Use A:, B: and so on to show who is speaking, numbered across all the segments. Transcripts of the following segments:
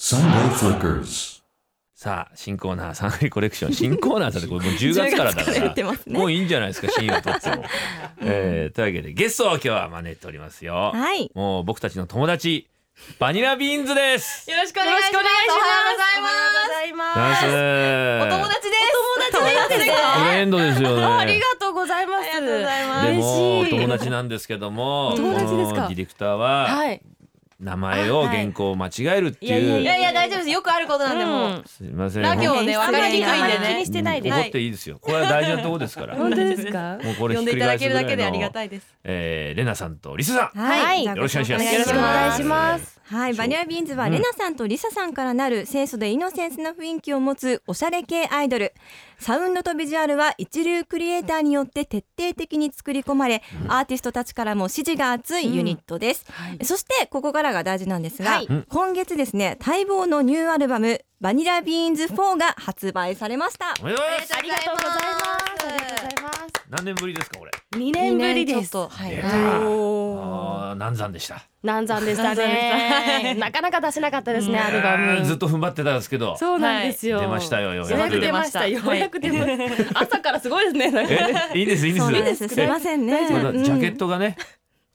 A: Sunday Flickers.
B: さあ、新コーナー、サンリコレクシ ョン、新コーナーだって、これもう10月からだか
C: 10月から言
B: ら
C: ってます、ね
B: もういいんじゃないですか、新をとっても。えーというわけで、ゲストを今日は招いておりますよ。
C: はい
B: もう僕たちの友達、バニラビーンズです。
D: よろしくお願いします。
C: よろしくお願いしま
D: ま
C: す
D: す。おは
B: ナイ
D: ようございます。
B: ス。
D: お友達です。お友達です
B: ト
D: か。
B: レンドですよね。
D: ありがとうございます。
C: ありがとうございます
B: でも、お
D: 嬉しい
B: 友達なんですけども、
D: お友達ですか
B: このディレクターは、
D: はい。
B: 名前を原稿を間違えるって
D: はいいやいや
B: い
D: いう
C: い
B: や
C: やいや大丈夫ですよくあることなんでもう
B: すいません。
D: ラ行
B: 本
D: ねわかりにくいんでね
C: あまり気にしてないで
B: 怒っていいですよ。これは大事なとこですから。
D: 本当ですか。
B: もうこれ
C: 呼
B: ひ
C: ん
B: っく
C: でい
B: り
C: ただ
B: 返す
C: け
B: ぐ
C: る
B: らい
C: だ
B: の
C: けでありがたいです
B: えー、レナさんとリスさん。
C: はい
B: よろしくお願いしま
C: お
B: す。
C: 願いし
D: よろしくお願
C: ま
D: いし
C: す
D: ます。
E: はい、バニラビーンズは、
B: うん
E: レナさんとリサさんからなる清楚でイノセンスな雰囲気を持つおしゃれ系アイドルサウンドとビジュアルは一流クリエイターによって徹底的に作り込まれ、アーティストたちからも支持が厚いユニットです、そしてここからが大事なんですが、
C: はい
B: うん
E: 今月ですね待望のニューアルバム「バニラビーンズ4」が発売されました
B: おめでとうございます。
C: ありがとうございます
D: ありがとうございます。
B: 何年ぶりですかこれ。
D: 二年ぶり
C: ちょ
D: で
C: っ
D: す。
C: とはい
B: 出
C: は
B: た
C: い
B: あー難産でした。
D: 難産でした
C: 難産でした
D: ね。なかなか出せなかったですね、アルバ
B: あー
D: ム。
B: ずっと踏ん張ってたんですけど。
D: そうなんですよ。
B: 出ましたよよう
D: よう
B: や
D: やく
B: く
D: 出。ました。よ
C: は
D: う
C: い
D: やく出ました。 朝からすごいですね。なんか
B: えいいんですいいんで
E: そう
B: す。
E: なんですすいませんね、
B: えまだ
E: うん
B: ジャケットがね、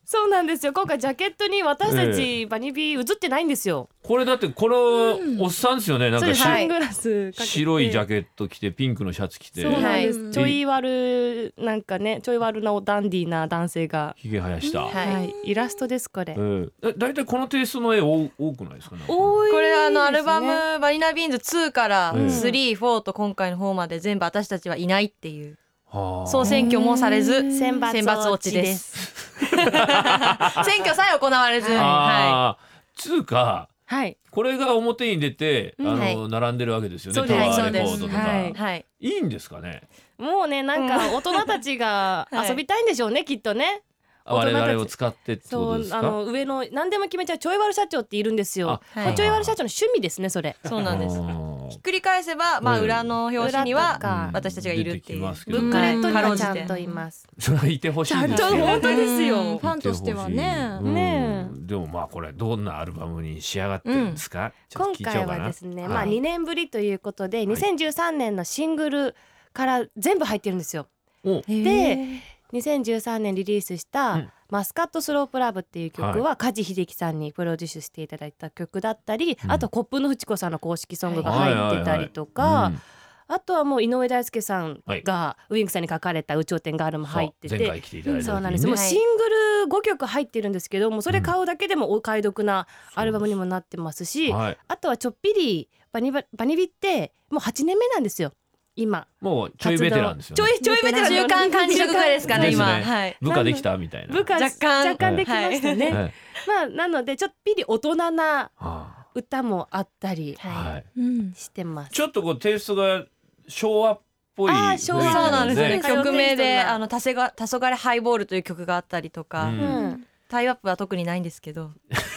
D: そうなんですよ。今回ジャケットに私た
B: え
D: ちバニビー映ってないんですよ。
B: これだってこのおっさんですよね。なん
D: そ
B: か
D: うです。
B: し、
D: サングラスかけて。
B: 白いジャ
D: ケ
B: ケット着てピンクのシャツ着て
D: そう、なんで
C: は
D: す。
C: い
D: ちょい悪なんかね、ちょい悪なおダンディーな男性が。
B: ひげ生やした。
C: はい
D: はい、イラストですこれ。
B: うんえだいたいこのテイストの絵多多くないですかね。
D: 多いですね
C: これあのアルバムバニラビーンズ2から
B: うん
C: 3、4と今回の方まで全部私たちはいないっていう
B: はあ
C: 総選挙もされず
D: うん
C: 選抜落ちです。選挙さえ行われず、は
B: ああ、つうか。
D: はい。
B: これが表に出て、あ
D: うん
B: の、
C: はい
B: 並んでるわけですよ
D: そ
B: ね。
D: う
B: タ
D: です
B: ワーレコードとか、
D: そうですはい
C: いはい。
B: い、いんですかね。
D: もうねなんか大人たち が
C: はい
D: 遊びたいんでしょうね、きっとね。大
B: 我
D: 人たち
B: 々を使ってってこ
D: そ
B: と
D: う
B: です
D: あ
B: か。
D: の上の何でも決めちゃうちょい悪社長っているんですよ。
C: はい
D: ちょい悪社長の趣味ですねそれ。
C: そうなんです。ひ
B: す
C: っ。くり返せば、まあ
B: うん
C: 裏の表紙には
D: 裏とか
C: 私たちがいるって
B: 出
C: いう
B: きますけ
D: ブ
B: ど
D: ックレットに
C: かろ
D: は
C: うじ
D: ち
C: て
D: ゃんといます。
B: それはいてほしいですよ。
D: ちゃんと本当ですよ
E: うんファンとしてはね
B: うん
D: ねえ
B: でもまあこれどんなアルバムに仕上がってるんですか、ちょっ
D: 今
B: と聞いちゃおう
D: 回
B: か
D: は
B: な
D: ですね、
B: はい
D: まあ2年ぶりということで、2013年のシングルから全部入ってるんですよ。
B: お
D: で2013年リリースした「
B: うん
D: マスカットスロープラブ」っていう曲は梶秀樹さんにプロデュースしていただいた曲だったり、
B: うん
D: あとコップのフチ子さんの公式ソングが入ってたりとか、
B: うん
D: あとはもう井上大輔さんがウインクさんに書かれた「宇宙天ガール」も入って
B: そう
D: て
B: 前。回来ていただいた時にね
D: そうなんです、もう
C: はい
D: シングル5曲入ってるんですけどもうそれ買うだけでもお買い得なアルバムにもなってますし、
B: はい、
D: あとはちょっぴりバニババニビってもう8年目なんですよ今
B: もうちょいベテランですよ
D: ちょ
B: ね
D: いちょいベテラン
C: 中間管理職ぐらいですから
B: ですね
C: 今、はい。
B: 部下できたみたいな
D: 部下
C: 若干
D: 若干できましたね、
B: はい
D: まあなのでちょっぴり大人な
B: は
D: 歌もあったり
B: あ
C: はい
B: はい、
E: うん
D: してます。
B: ちょっとこうテイストが昭和っぽい
D: あー昭和
C: そう
D: ね
C: なんですよね。
D: ね
C: 曲名で、
D: 歌謡
C: あの、たせが、黄昏ハイボールという曲があったりとか、
B: うん
D: うん、
C: タイアップは特にないんですけど。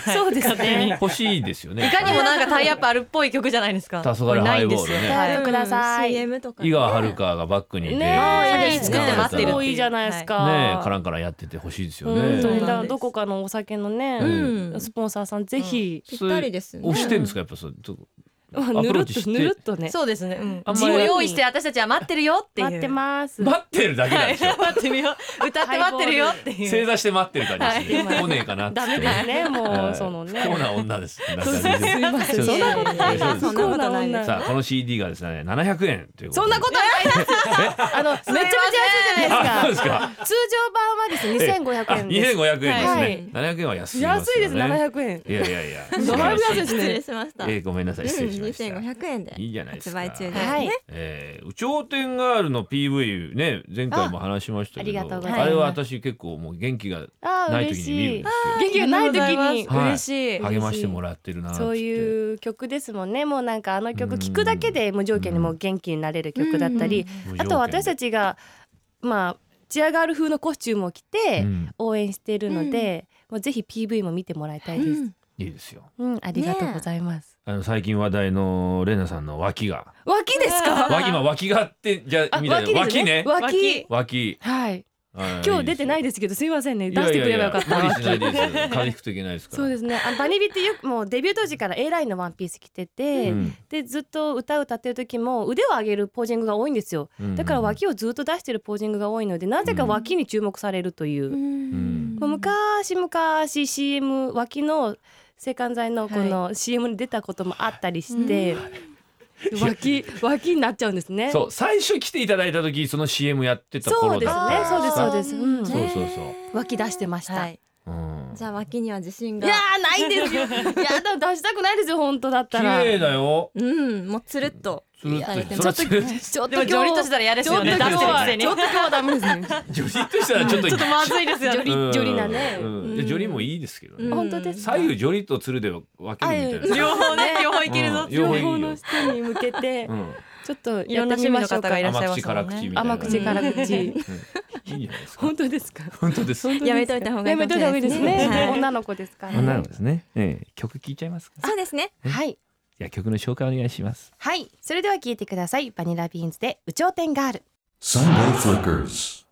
D: そうですね。
B: 欲しいですよね
C: いかにもなんかタイアップあるっぽい曲じゃないですか。
B: 黄昏ハイボールね
C: これないんですよ
D: はいください
E: CM とかね
B: 井川遥がバックにいて、
D: ねえ、
C: いいですね
D: 作ってます
C: ね
D: ごいいじゃないですか。
B: ねえカランカランやっててほしいですよ
D: うん
B: ね
D: それだか
C: なん
D: ら
C: です
D: どこかのお酒のね、
E: うん
D: スポンサーさんぜひ、
E: ぴったりですね
B: 押してんですかやっぱそうちょっとん
D: ぬ
B: アプロ
D: る
B: ー
D: っ
B: チして
D: とぬるっとね
C: そうですね。うん
B: あ。ん
C: 字
B: まり
C: を用意して私たちは待ってるよっていう。
D: 待ってま す。
B: 待ってるだけなんですよ
C: はい待ってみよう。 歌って待ってるよっていう。
B: 正座して待ってる感じですね
D: はい
B: 来ねえかなっつ
D: ダ
B: って
D: メですねも
B: は
D: う
B: い
D: そのね。
B: 不幸な女ですなんか
D: そうそうすいません
B: ちょっ
D: そんなこと
B: いやいやいや
E: そんなことないです
B: さあこの CD がですね700円ということで
D: そんなことないです。あのめちゃめちゃ安いじゃ
B: あそう
D: ない
B: で
D: で
B: す
D: すか。
B: か
D: 通常版はですね2500円
B: 二
D: で
B: 千五百円です
D: は
B: ね
D: い
B: 七百円は安
D: す。
B: います
D: 安い
B: よ
D: です700円。
B: いやいやい や
D: だいぶ安いです
E: 失礼しました、
B: えーごめんなさい失礼し
E: うん、
B: ました
E: 2500円で
B: いいじゃないです
E: 発
B: か
E: 売中ですね、
D: はい
B: えー、宇宙天ガールの PV ね前回も話しましたけど
D: ああ
B: あ
D: りがとうございます
B: れは私結構もう元気が
D: ああ
B: ない
D: 嬉
B: 時に見る
D: し
B: ん
D: い
B: で。
D: 元気がない時に
B: はい
D: 嬉しい。
B: すよ励ましてもらってるなーっつって
D: そういう曲ですもんねもうなんかあの曲聴くだけで無条件にもう元気になれる曲だったり、
B: 無条件で
D: あと私たちがまあチアガール風のコスチュームを着て
B: うん
D: 応援しているので、もうぜひ PV も見てもらいたいです、うん
B: いいですよ
D: ありがとうございます、
B: あの最近話題のレナさんの脇が
D: 脇ですか
B: 脇今脇があってじゃあ
D: あ
B: みたいな
D: 脇ですね
B: 脇ね
D: 脇
B: 脇
D: はい今日出てない
B: で
D: ですけどすいませんね出してくればよかった
B: 無理しないでいい ですよ。風邪ひくといけないですから。。
D: そうですすねあバニビってよくもうデビュー当時から A ラインのワンピース着てて、でずっと歌を歌ってる時も腕を上げるポージングが多いんですよ
B: うん
D: だから脇をずっと出してるポージングが多いのでなぜか脇に注目されるという、
E: ん
D: もう昔昔 CM 脇の制汗剤のこの CM に出たこともあったりして、脇脇になっちゃうんですね。
B: そう最初来ていただいた時その CM やってた
D: そう
B: 頃
D: ですね
B: だった
D: そ
B: ん
D: うですそう
B: か
D: です、うん
B: そうそうそう
D: 脇出してました、、
E: はいい、
B: うん
E: じゃあ脇には自信が
D: やーないんですよ いやでも出したくないですよ本当だっ
B: 綺
D: たら
B: 麗だ よ。
E: うんもうつるっと
B: つるっと
E: されて
B: それ
E: ま
B: は
E: す
B: つるっと
D: ちょっ
C: で
D: と今
C: も
D: 日
C: ジョリッとしたら嫌です
D: ちょっ
C: よ
D: と
C: ね。
D: 今日
C: 出してるく
D: は
C: せに。
D: ちょっと今日はダメですね。
B: ジョリッとしたらちょっと
C: ちょっとまずいですよ
D: ジョ
C: ね。
D: リ
B: うん
D: ジョリなね。
B: うんでジョリもいいですけど
E: うん
B: ね。
D: 本 当ですか。
B: 左右ジョリとつるで分けるみたい
D: あ
B: な。
C: 両方ね、両方いけるぞ
B: う。ん
D: 両
B: 両方いいよ
D: 方の人に向けて
B: うん
D: ちょっと
C: い
D: や
C: ろ
D: っ
C: んな
D: てみ
C: 趣味
D: ま
C: の
D: しょう
C: 方が
D: か
C: い。らっしゃいます
B: 甘口辛口みたい
C: もんね。
B: な。
D: 甘口辛口。
B: いいじゃないですか
D: 本。当ですか。
B: 本当です。
E: やめといた方がいい
D: や
E: かもしれ
D: めといた
E: な
D: 方がい
E: い
D: いです
E: ね
D: ね。
E: はい
D: 女の子ですから。
B: 女の子ですね。ええ曲聞いちゃいますか。
E: そうですね
D: はい
B: 曲の紹介お願いします。
D: はい。それでは聞いてください。バニラビーンズで宇頂天ガール。
A: Sunday Flickers.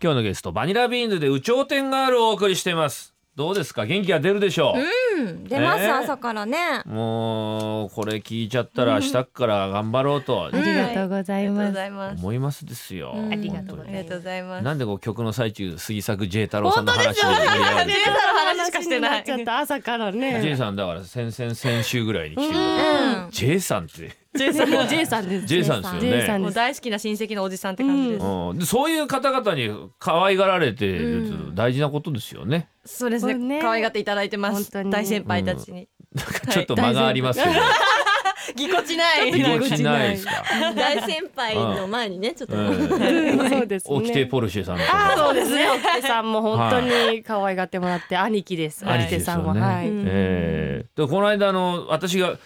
B: 今日のゲストバニラビーンズで宇頂天ガールをお送りしています。どうですか元気が出るでしょう。
E: うん出ます、
B: えー
E: 朝からね
B: もうこれ聞いちゃったら明日から頑張ろうと
E: ん
D: ありがとうござ
C: あ
D: い
C: り
D: ま
C: がとうご
D: す。
C: ざいます。
B: 思いますですよ。
E: うん
D: ありがとうござ
C: あ
D: い
C: りがとうござい
B: 本
C: ま
B: 当に
C: す。
B: なんでこう曲の最中杉作 J 太郎さんの話を盛り上げて
C: ジェイさんの話しかしてない
D: 話にっちゃった 朝からね。
B: J さんだから先々先週ぐらいに来てくれ
D: う
B: た
D: ん
B: J さんって
D: ジェイさんもう J さんです。
B: J さんですよ
D: J さ
B: ね
D: ん。
C: もう大好きな親戚のおじさんって感じです。
B: うん、でそういう方々に可愛がられてると大事なことですよね。
C: そうです
D: そうね
C: ね。可愛がっていただいてま
D: 本
C: す
D: 当。に
C: 大先輩たちに。
B: なんかちょっと間がありますよね。
C: ぎこちない。
B: ぎこちないですか。
E: 大先輩の前にねちょっと、
B: うん
D: そうですね。
B: 起きてポルシェさんと
D: あ
B: か。
D: あそうですね。おきてさんも本当に可愛がってもらって兄貴です。
C: はい
D: おきてさんは、は
B: え
D: い。
B: えでこの間あの私が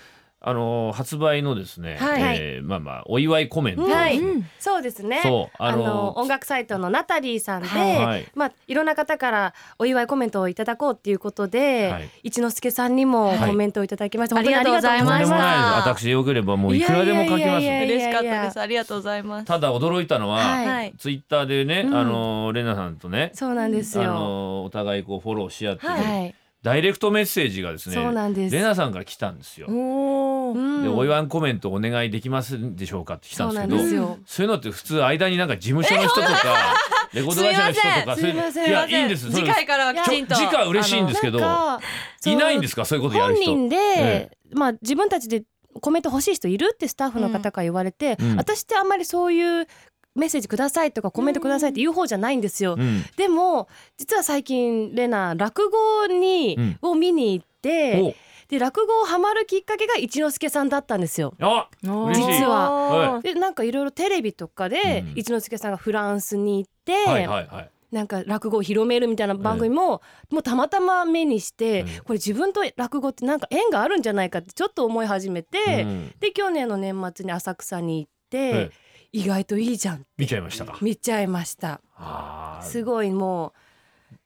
B: あの発売のですね、
D: はい
B: えーまあまあお祝いコメントをですね、
D: はいそうですね。
B: そう
D: あ
B: あ
D: の
B: の
D: 音楽サイトのナタリーさんで、
B: はい
D: まあいろんな方からお祝いコメントをいただこうっていうことで、
B: はい
D: 一之輔さんにも
B: はい
D: コメントをいただきました。
C: はい
D: 本当にありがとうござい
B: とん
D: ま
B: で
D: し
B: も
D: た。
B: ないです私でよければもういくらでも書きます
D: いやいやいやいや
C: 嬉しかったです。ありがとうございます。
B: ただ驚いたのは、
D: はい
C: はい。
B: ツイッターでね、
D: うん
B: あのレナさんとね
D: そうなんです
B: あ
D: よ。
B: のお互いこうフォローし合って、
D: はい、
B: ダイレクトメッセージがですね
D: そうなんです。
B: レナさんから来たんですよ。
E: おー
D: うん
B: でお祝いコメントお願いできますでしょうかって来たん
D: そう
B: です
D: な
B: け
D: ん
B: ど
D: ですよ。
B: そういうのって普通間になんか事務所の人とかレコード会社の人とか
D: すいません
B: そういういや
D: すいません
B: いいんですそ
C: 次
B: れ
C: 回からはきちんと。
B: 次回嬉しいんですけど
D: なんか
B: いないんですすかそういうことや
D: 本
B: る人
D: 人で、
B: え
D: まあ自分たちでコメント欲しい人いるってスタッフの方から言われて、
B: うん
D: 私ってあんまりそういうメッセージくださいとかコメントくださいって言う方じゃないんですよ、
B: うん
D: でも実は最近レナ落語に、を見に行って、
B: お
D: で落語をハマるきっかけが一之輔さんだったんですよ
B: あ嬉しい
D: 実は
B: は
D: でなんかいろいろテレビとかで、
B: うん
D: 一之輔さんがフランスに行って、
B: はいはいはい
D: なんか落語を広めるみたいな番組も、もうたまたま目にして、
B: うん
D: これ自分と落語ってなんか縁があるんじゃないかってちょっと思い始めて、
B: うん
D: で去年の年末に浅草に行って、
B: ええ
D: 意外といいじゃん
B: 見ちゃいましたか
D: 見ちゃいました
B: あー
D: すごいも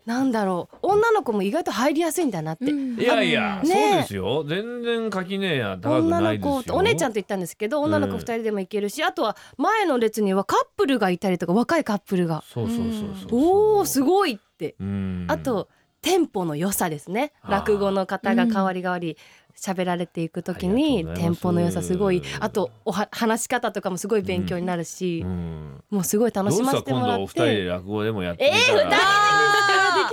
D: うなんだろう女の子も意外と入りやすいんだなって、
E: うん
B: いやいや
D: あのね
B: そうですよ全然垣根や高く
D: 女
B: ない
D: の
B: ですよ
D: 子お姉ちゃんと言ったんですけど女の子
B: うん
D: 2人でも行けるし、あとは前の列にはカップルがいたりとか若いカップルが
B: そうそうそうそう
D: おーす
B: ごい
D: ごいってあ
B: あ
D: とテンポの良さですね
B: あー
D: 落語の方が代わり代わり喋られていく時
B: あ
D: に
B: りがとうござい
D: テ
B: ま
D: ン
B: す
D: ポの良さすごいあとおは話し方とかもすごい勉強になるし、もうすごい楽
B: どう
D: し
B: し
D: ま
B: た
D: せても
B: 今
D: ら
B: 度お
D: っ
B: 二
D: て
B: 人で落語でもやって
D: えー、
B: み
D: 二人
B: たら
D: でで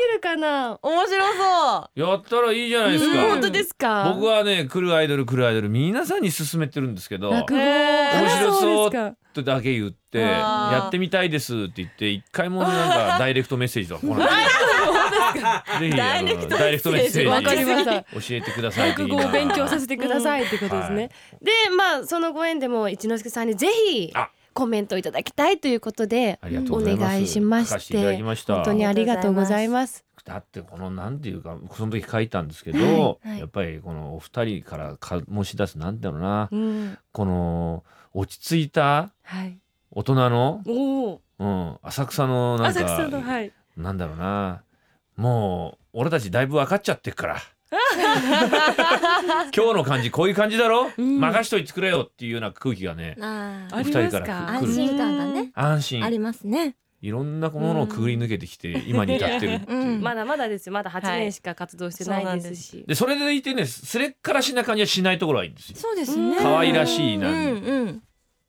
D: きるかな
C: 面白そう。
B: やったらいいじゃないです
D: うん
B: か
D: 本当ですか
B: 僕はね来るアイドル来るアイドル皆さんに勧めてるんですけど
D: 落語
C: えー
B: 面白そう
D: あですか
B: とだけ言って
C: あー
B: やってみたいですって言って一回もなんかダイレクトメッセージとか来ないぜひあのダイレクトメッセ
D: わかりま
B: ー
D: し
B: ジ
D: た
B: 教えてください
D: 落語を勉強させてくださいってことですね、でまあそのご縁でも一之輔さんにぜひ
B: あ
D: コメントいただきたいということで
B: ありがとう
D: お
B: ございます
D: 願いしま
B: 書か
D: し
B: せていただ
D: て
B: きました
D: 本当にありがとうございます
B: だってこのなんていうかその時書いたんですけど、
D: はいはい
B: やっぱりこのお二人から醸し出すなんだろうな
D: うん、
B: この落ち着いた
D: はい。
B: 大人の、
D: おお。
B: うん、浅草のなん
D: 浅草の
B: か
D: はい。
B: なんだろうなもう俺たちだいぶ分かっちゃってっから 今日の感じこういう感じだろ、
D: うん
B: 任しといてくれよっていうような空気がね
E: あー
B: お二人から
E: 安心感がね
B: 安
E: あ
B: 心
E: りますね
B: いろんなものをくぐり抜けてきて、今に至ってるっていう。
E: うん
D: まだまだですよまだ8
C: はい
D: 年しか活動してないですし、
B: でそれでいてねすれっからしな感じはしないところはいいんですよ。
E: そうですね。
B: 可愛らしいな
E: うんうん。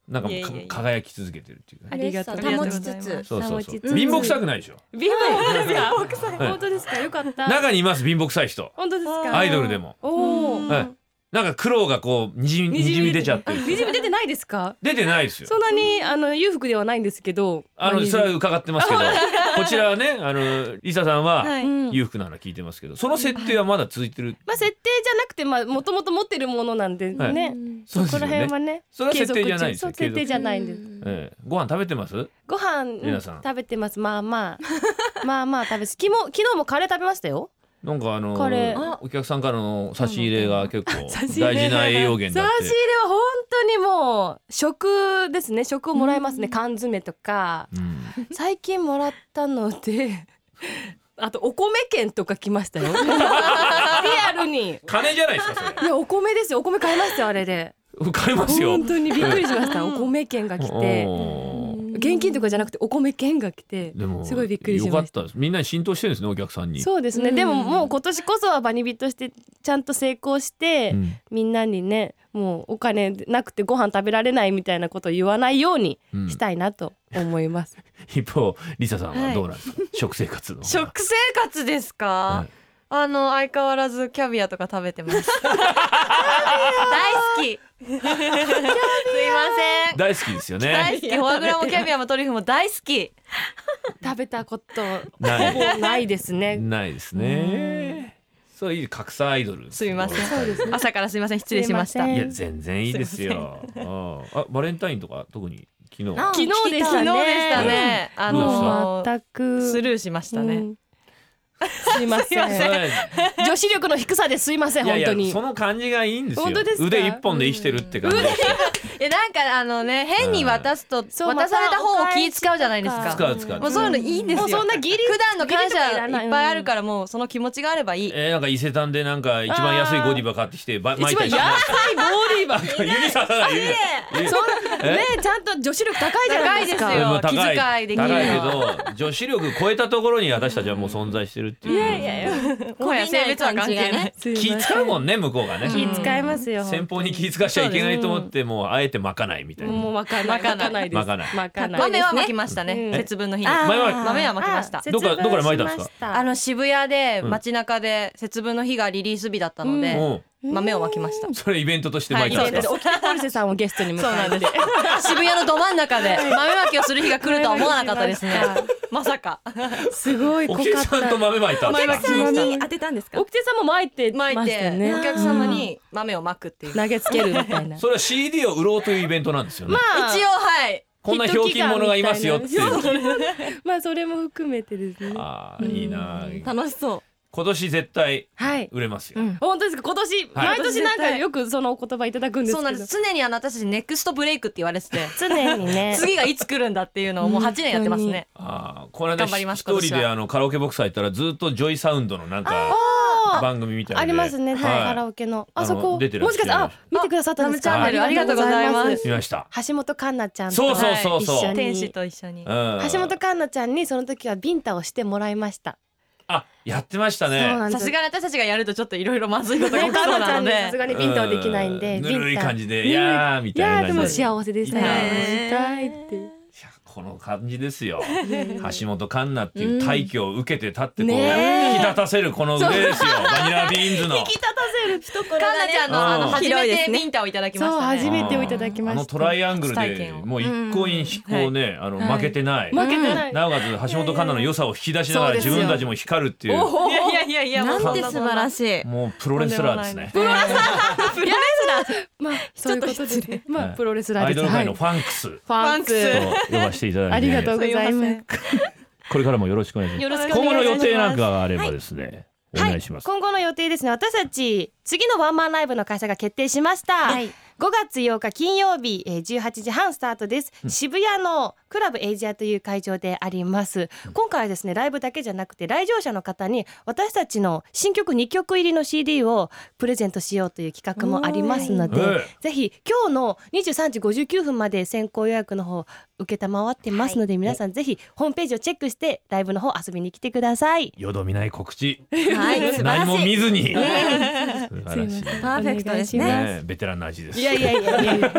B: なんかもう
C: いやいやいや
B: か輝き続けてるっていうね。
D: ありがとう
E: 嬉しさを保ちつつ。
B: そうそう
D: さ
B: そ
D: も
B: う
D: ちつつ
B: 貧乏臭くないでしょ。
D: 貧乏ですか
B: はい
D: 本当ですかよかった
B: 中にいます貧乏臭い人。
D: 本当ですか
B: アイドルでも。
D: おお
E: うん
B: はい。なんか苦労がこうにじみにじみ出ちゃってる。
D: にじみ出てないですか
B: 出てないですよ。
D: そんなにあの裕福ではないんですけど
B: あ
D: ま
B: の
D: にじ
B: そ
D: み
B: れは伺ってますけど、こちらはねあのリサさんは
E: はい。
D: うん
B: 裕福なのは聞いてますけど、その設定はまだ続いてる。
D: まあ設定じゃなくてまあもともと持ってるものなんでね、
B: はいそ
D: そう
B: で
D: こ
B: すよ
D: ら
B: ね
D: 辺。はね
B: それは設定じゃないです
D: そ
B: よ
D: う。設定じゃないんです
E: す。
B: ええご飯食べてます？
D: ご飯
B: レ
D: う
B: ナ
D: ん
B: さん
D: 食べてますまあ まあまあまあ食べて昨日昨日もカレー食べましたよ
B: なんかあの
D: これ
E: あ
B: お客さんからの差し入れが結構
D: 差し入
B: 大
D: れ
B: 事な栄養源
D: 差
B: だっ
D: し入
B: て。
D: れは本当にもう食ですね食をもらいます
E: う
D: ね
E: ん
D: 缶詰とか
B: うん
D: 最近もらったのであとお米券とか来ましたよ リアルに
B: 金じゃないですか そ
D: いやお米ですよお米買いましたよあれで
B: れ。買いますよ。
D: 本当にびっくりしました
E: う
D: お
E: ん
D: 米券が来て
B: おー
D: 現金とかじゃなくてお米券が来て
B: でも
D: すごいびっくりし
B: よか
D: ま
B: っ
D: した
B: です。みんなに浸透してるんですねお客さんに。
D: たそうですねでも
E: うん
D: もう今年こそはバニビとしてちゃんと成功して、
B: うん
D: みんなにねもうお金なくてご飯食べられないみたいなことを言わないように
B: うん
D: したいなと思います、
B: 一方リサさんはどうなんですか。食生活の方は。
C: 食生活ですか、
B: はい
C: あの相変わらずキャビアとか食べてます 大好きすいません
B: 大好きですよね。
C: 大好きフォアグラもキャビアもトリュフも大好き
D: 食べたこと
B: ない
D: ほぼないですね
B: ないですね。そういう格差アイドル。
C: すみません
B: そうです
C: 朝からすいません失礼しました
D: すいま
B: い
D: せん
B: や全然いいですよ。ああバレンタインとか特に昨日。
E: あ
D: 昨日でしたね
C: 昨日でしたねあ
B: どうでした
D: も
C: の
D: う全く
C: スルーしました
D: う
C: ね
D: んすいません
B: そ れ
D: 女子力の低さですいません
B: いやい
D: 本
B: や
D: 当に
B: その感じがいいんですよ
D: 本当ですか
B: 腕一本で生きてるって感じで
C: いやなんかあのね変に渡すと渡
D: そう
C: された方を
D: また
C: 気使うじゃないです
D: お返し
C: か
D: と
B: 使う使う
C: もうそういうのいいんですよ
D: もうそんなギリ
C: 普段の
D: ギ
C: 感
D: リとかい
C: 謝
D: らない
C: いっぱいあるからもうその気持ちがあればいい
B: えー、なんか伊勢丹でなんか一番安いゴディバ買ってきてば巻
D: 一
B: いた
D: 番
B: り
D: や
B: し
D: ば
B: ま
D: い
B: す
D: ボディーバッグ
B: 指ささない指さ指さ
D: そんなねちゃんと女子力高いじゃないですか
C: 高いですよ
B: まあ高い
C: 気遣いできる
B: 高いけど女子力超えたところに私たちはもう存在してるっていう
C: もはや性別は関係ない。
B: 気使うもんね向こうがね、
D: 気使いますよ
B: 先方に気遣っちゃいけないと思ってもうあえて巻かないみたいな、
D: もうわかんない
C: わかんない
D: です
B: わかんない
D: わかんない
C: 豆は巻きましたね。
D: うん
C: 節分の日に。
E: あー
B: 前は
C: 豆は巻きました
D: あ。
B: どっからどっから巻いたんですか
D: 節分しました
C: あの渋谷で
B: うん
C: 街中で節分の日がリリース日だったので、
B: も
C: 豆を巻きました
B: う。それイベントとして巻いたん
D: イ
B: で
D: ベント
B: す
D: で
B: か、
D: 沖縄ポルシェさんをゲストに迎えて
C: そうなんです。 渋谷のど真ん中で豆巻きをする日が来るとは思わなかっ たですね
D: 豆巻き。
C: まさか。
D: すごい濃
B: お
D: かっ
B: 客さん
D: た
B: と豆巻いたんです
E: お
B: か
E: 客様に当てたんですか
D: 沖。手さんも巻いてま
C: 巻い
D: してた、ね
C: お客様に豆を巻くっていう。一
D: 投げつけるみたいな
B: それは CD を売ろうというイベントなんですよね、
D: ま
C: 応はい。
B: こんなひょうきん者がいますよっていう
D: そうまあそれも含めてですね
B: あーいいなー
E: 楽しそう。
B: 今年絶対
D: はい
B: 売れますよ、
D: 本当ですか今年、
B: はい
D: 毎年なんかよくそのお言葉いただくんです
C: そう
D: け
C: な
D: ど
C: んです。常にあの私たちネクストブレイクって言われてて、
D: 常 にね
C: 次がいつ来るんだっていうのをもう8年やってますね。
B: ああこれね
C: 頑張りま
B: 一
C: す
B: 人
C: 今年
B: で
C: は
B: あのカラオケボックス入ったらずっとジョイサウンドのなんか番組みたいな
D: あ
B: ので
D: りますね、はい、カラ
B: オ
D: オケの
B: あの
D: あそこも
B: 出
D: して
B: る
D: かして
B: あ
D: あ見てくださったんですか
B: ラムチャンネ
C: ルありがとうございます
B: 見ました
D: 橋本環奈ちゃんと
B: そうそうそうそう
D: 一緒に
C: 天使と一緒に
B: う。ん
D: 橋本環奈ちゃんにその時はビンタをしてもらいました。
B: あやってました
D: そう
B: ね
D: なんで
C: さ
D: す。
C: すがに私たちがやるとちょっといろいろまずいことが
D: ね
C: 起きそうなの
D: にさす
C: で。
D: がにビンタはできないんで、
B: うぬ
D: ビンタ
B: るい感じで
D: ね
B: いやーみ
D: いや
B: たい
D: ー
B: な
D: で
B: 感
D: も
B: じで
D: 幸せでしたね。
B: ね
D: したいって。
B: いやこの感じですよ橋本環奈っていう大挙を受けて立ってこう
D: ね
B: 引き立たせるこの腕ですよバニラビーンズの
C: カンナちゃんのあの
B: うん
C: 初
E: 広いで
C: め
E: す
C: て
E: ね
C: ビンタをいただきま
D: そう
C: したね。
D: 初めてをいただきま
B: あ
D: した。
B: のトライアングル
C: 初体
B: で
C: 験を
B: もう一個イン引こうねあの
C: はい
B: 負けてない
D: 負けてない。
B: なおかつ橋本環奈の良さを引き出しながら
D: そうです
B: 自
D: よ
B: 分たちも光るっていう
C: いやいやいやいや、
E: な
C: もうんそ
E: て
C: な
E: 素晴らしい。
B: もうプロレスラーですね
C: とんでもないね
D: まあそういうことですね。ま
B: は
D: あ
B: い
D: プロレスラー
B: アイ
D: です。
B: ドル界
D: は
B: の
D: い
B: ファンクスと
D: ファンク
C: ファン
D: ス。
B: 呼ばせていただいて
D: ありがとうございます。
B: これからもよろしくお願いし
C: よ
B: ま
C: ろし
B: す
C: くお
B: 今後の
C: 願
B: 予
C: いします。
B: 定なんかがあればですねお願いします
D: 今後の予定ですね私たち次のワンマンライブの開催が決定しました、
E: はい
D: 5月8日金曜日、えー、18時半スタートです、渋谷のクラブエイジアという会場であります今回はですねライブだけじゃなくて来場者の方に私たちの新曲2曲入りの CD をプレゼントしようという企画もありますので、
B: おー
D: ぜひ今日の23時59分まで先行予約の方受けたまわってますので、皆さんぜひホームページをチェックしてライブの方遊びに来てください。
B: よどみない告知
E: はい、素晴
B: 何
E: ら
B: も
E: しい。
B: 見ずに素晴らしい
E: パーフェクトです
D: お
E: ね。
B: ねベテランの味です
D: いやいやいやいやいや。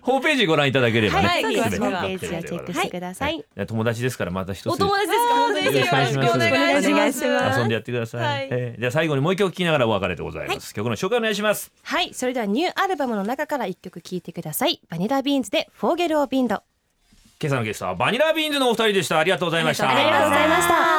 B: ホームページご覧いただければね
D: はい、
E: そう
D: ぜ
E: で
D: ひホ
B: 全
E: す
B: て
D: ーム
B: 載
D: ペー
B: って
D: ジ
B: るん
D: を
B: で
D: チェックしてください。
B: はい友達ですからまた一
D: お
B: つ
D: 友達ですか、本当に
B: よろしくお願いします
D: よろくお願いし
E: お
D: ま
E: 願いしますす
B: 遊んでやってください、
D: はい
B: えーじゃあ最後にもう一曲聴きながらお別れでございます、曲の紹介お願いします
D: はい、それではニューアルバムの中から一曲聴いてください。バニラビーンズでフォーゲルオービンド。
B: 今朝のゲストはバニラビーンズのお二人でしたありがとうございました
E: ありがとうございました。